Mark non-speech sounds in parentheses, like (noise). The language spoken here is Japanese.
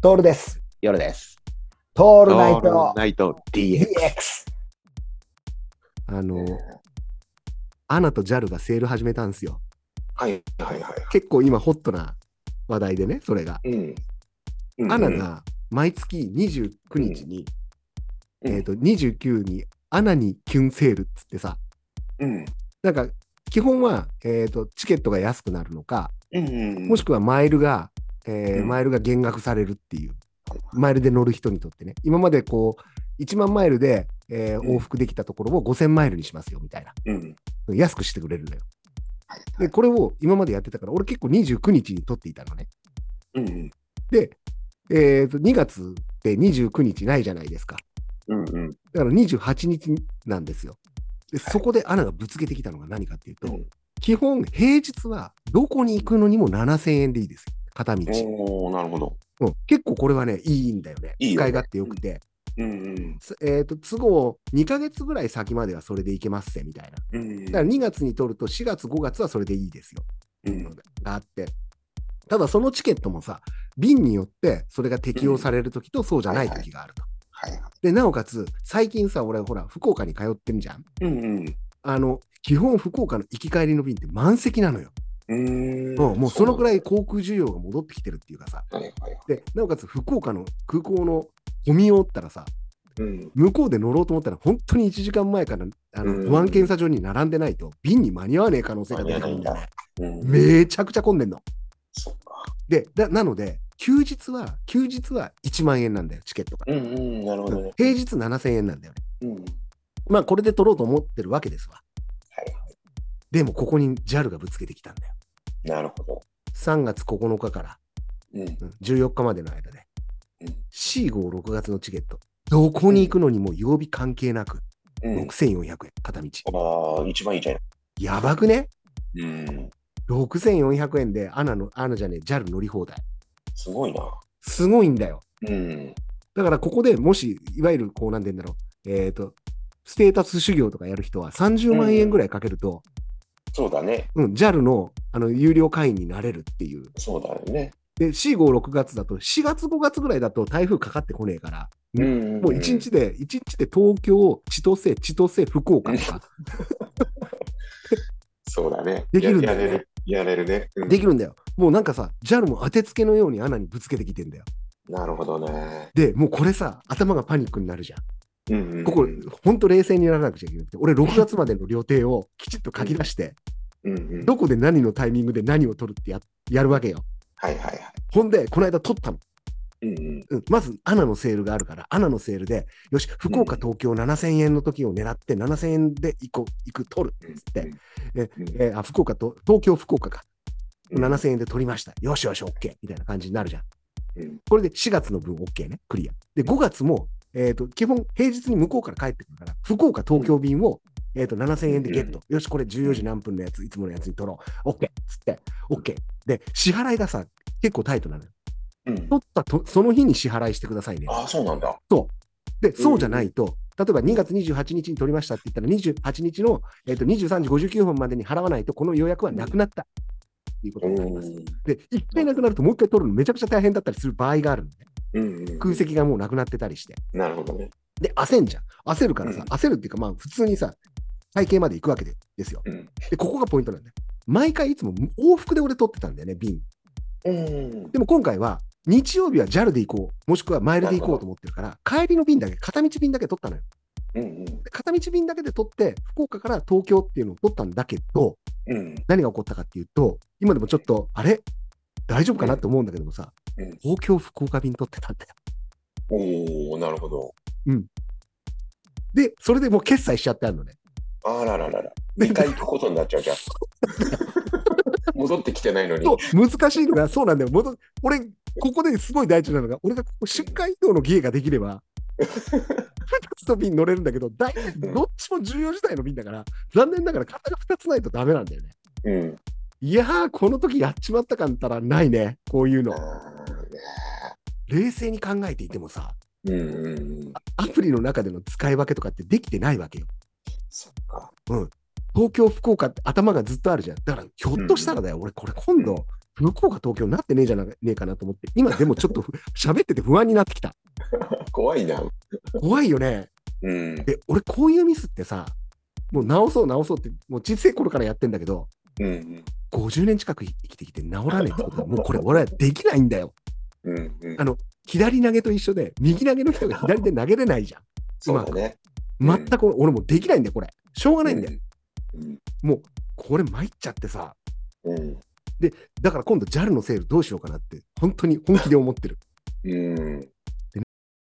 トールです。夜です。トオールナイトナイト DX。 DX。あの、アナと JAL がセール始めたんですよ。はいはいは結構今ホットな話題でね、それが。い。うん。うんアナ、が毎月29日に、うんえっ、と、29にアナにキュンセールっつってさ、うん。なんか基本は、えっ、と、チケットが安くなるのか、うんもしくはマイルが、えーうんマイルが減額されるっていう、マイルで乗る人にとってね、今までこう、1万マイルで、えーうん往復できたところを5000マイルにしますよみたいな。うん。安くしてくれるのよ。で、これを今までやってたから、俺結構29日に取っていたのね。うん。で、えーと2月って29日ないじゃないですか。うん。うん。だから28日なんですよ。で、そこでアナがぶつけてきたのが何かっていうと、基本平日はどこに行くのにも7000円でいいです。片道。おおなるほど。うん結構これはね、いいんだよね。いいよね使い勝手よくて。うん。つえーと、都合2ヶ月ぐらい先まではそれで行けますぜ、みたいな。うん。うんだから2月に取ると4月、5月はそれでいいですよ。うん。があって、ただそのチケットもさ、便によってそれが適用されるときとそうじゃないときがあると。はいはい。で、なおかつ、最近さ、俺、ほら、福岡に通ってんじゃん。うん。あの、基本、福岡の行き帰りの便って満席なのよ。うん。うん、もうそのくらい。い航空需要が戻ってきてるっていうかさ。はいはい。で、なおかつ、福岡の空港の混みをったらさ、うん。向こうで乗ろうと思ったら、本当に1時間前から、あうの、ん保安検査場に並んでないと、便に間に合わねえ可能性が出てくるんだよね。うん。めちゃくちゃ混んでんの。そっか。で、ななので、休日は、休日は1万円なんだよ、チケットが。うんうん。なるほどね。平日7000円なんだよね。うん。まあ、これで取ろうと思ってるわけですわ。はいでも、ここに JAL がぶつけてきたんだよ。なるほど。 3月9日から、うん。うん14日までの間でうん、 C56 月のチケット、どこに行くのにも曜日関係なく、うん。 6400円、片道。ああ、一番いいじゃん。やばくねうん。 ?6400 円で、アナの、アナじゃねえ、JAL 乗り放題。すごいな。すごいんだよ。うん。だからここでもし、いわゆるこうなんて言うんだろう、えっ、と、ステータス修行とかやる人は30万円ぐらいかけると、そうだね。うん、JAL のあの有料会員になれるっていう。そうだよね。で、4、5、6月だと、4月、5月ぐらいだと台風かかってこねえから、うん。もう1日で、一日で東京、千歳、千歳、福岡とかそうだね。できるんだよやねやれる。やれるね。うんできるんだよ。もうなんかさ、JAL も当てつけのように穴にぶつけてきてんだよ。なるほどね。で、もうこれさ、頭がパニックになるじゃん。うんここ、ほんと冷静にならなくちゃいけなくて、俺6月までの予定をきちっと書き出して、うんうんどこで何のタイミングで何を取るってややるわけよ。はいはいはい。ほんで、この間取ったの。うんうんうん、まず、アナのセールがあるから、アナのセールで、よし、福岡、うん東京7000円の時を狙って、7000円で行こう、行く、取るっつって、うんえーあ、福岡と、東京、福岡か。うん7000円で取りました。よしよし、OK! みたいな感じになるじゃん。うんこれで4月の分 OK ね、クリア。で、5月も、えっ、と、基本、平日に向こうから帰ってくるから、福岡、東京便を、えっ、と、7000円でゲット。よし、これ14時何分のやつ、いつものやつに取ろう。OK! っつって、OK! で、支払いがさ、結構タイトなのよ。うん取ったと、その日に支払いしてくださいね。ああ、そうなんだ。で、そうじゃないと、例えば2月28日に取りましたって言ったら、28日の、えっと23時59分までに払わないと、この予約はなくなったっていうことになります。で、1回なくなると、もう1回取るのめちゃくちゃ大変だったりする場合があるのね。うんうん空席がもうなくなってたりして。なるほどね。で、焦んじゃん。焦るからうさん、焦るっていうか、まあ、普通にさ、会計まで行くわけでですようん。で、ここがポイントなんだよ。毎回いつも往復で俺取ってたんだよね、便。うん。でも今回は、日曜日は JAL で行こう、もしくはマイルで行こうと思ってるから、帰りの便だけ、片道便だけ取ったのよ。うんで片道便だけで取って、福岡から東京っていうのを取ったんだけど、うんうん何が起こったかっていうと、今でもちょっと、あれ大丈夫かなって思うんだけどもさ、うん東京、福岡便取ってたんだよ。おおなるほど。で、それでもう決済しちゃってあるのね。あらららら。二回行くことになっちゃうじゃん。 (laughs) 戻ってきてないのに。そう、難しいのが、そうなんだよ。戻俺、ここですごい大事なのが、俺がここ出荷移動の芸ができれば、2つの便乗れるんだけど、大体どっちも重要時代の便だから、残念ながら型が2つないとダメなんだよね。うん。いやー、この時やっちまったかんたらないね、こういうあの。ーね冷静に考えていてもさ、うんうんうん。アプリの中での使い分けとかってできてないわけよ。そっか。東京、福岡って頭がずっとあるじゃん。だから、ひょっとしたらだよ、俺、これ今度、福岡、東京になってねえじゃねえかなと思って、今でもちょっとふ喋ってて不安になってきた。怖いな。怖いよね。うん。で、俺、こういうミスってさ、もう直そう直そうって、もう小さい頃からやってんだけど、うん。 50年近く生きてきて治らねえって (laughs) ことは、もうこれ、俺はできないんだよ。うん。うんあ。の左投げと一緒で、右投げの人が左で投げれないじゃん。そうだね。うん全く俺もうできないんだよ、これ。しょうがないんだよ。うん。もう、これ参っちゃってさ、うん。だから今度 JAL のセールどうしようかなって、本当に本気で思ってる。うん。